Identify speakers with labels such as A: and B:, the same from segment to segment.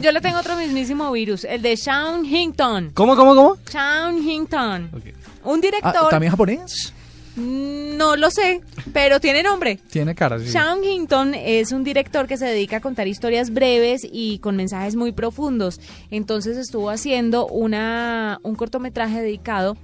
A: Yo le tengo otro mismísimo virus, el de Shawn Hinton.
B: ¿Cómo, cómo, cómo?
A: Shawn Hinton.
B: Ok.
A: Un
B: Ah,
A: director,
B: ¿También japonés?
A: no lo sé, pero tiene nombre.
B: Tiene cara, sí.
A: Shawn Hinton es un director que se dedica a contar historias breves y con mensajes muy profundos. Entonces estuvo haciendo una, un cortometraje dedicado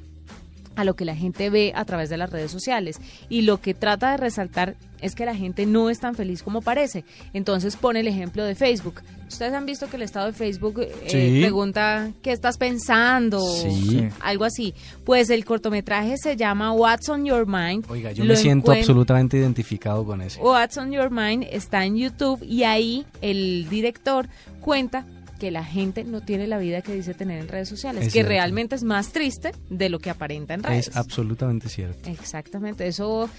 A: a lo que la gente ve a través de las redes sociales. Y lo que trata de resaltar es que la gente no es tan feliz como parece. Entonces pone el ejemplo de Facebook. Ustedes han visto que el estado de Facebook eh,
B: Sí.
A: pregunta qué estás pensando,
B: Sí.
A: algo así. Pues el cortometraje se llama What's on Your Mind.
C: Oiga, yo
A: Lo
C: me siento
A: encuent-
C: absolutamente identificado con ese.
A: What's on Your Mind está en YouTube y ahí el director cuenta que la gente no tiene la vida que dice tener en redes sociales,
C: Es
A: que
C: cierto.
A: realmente es más triste de lo que aparenta en redes.
C: Es absolutamente cierto.
A: Exactamente, eso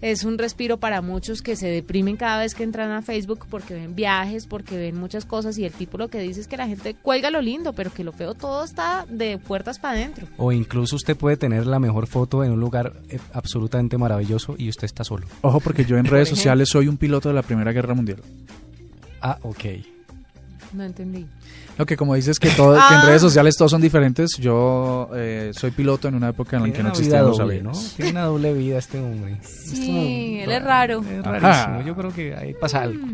A: es un respiro para muchos que se deprimen cada vez que entran a Facebook porque ven viajes, porque ven muchas cosas y el tipo lo que dice es que la gente cuelga lo lindo, pero que lo feo todo está de puertas para adentro.
C: O incluso usted puede tener la mejor foto en un lugar eh, absolutamente maravilloso y usted está solo.
B: Ojo, porque yo en redes
A: ejemplo.
B: sociales soy un piloto de la Primera Guerra Mundial.
C: Ah, ok.
A: No entendí.
B: Lo que como dices que, todo, que en
A: Ah.
B: redes sociales todos son diferentes, yo eh, soy piloto en una época en la
C: Tiene
B: que no
C: una
B: existían
C: vida
B: los
C: doble,
B: aviones.
C: ¿no? Tiene una doble vida este hombre.
A: Sí, él es Mm. raro.
C: Es
B: Ajá.
C: rarísimo. Yo creo que ahí pasa algo.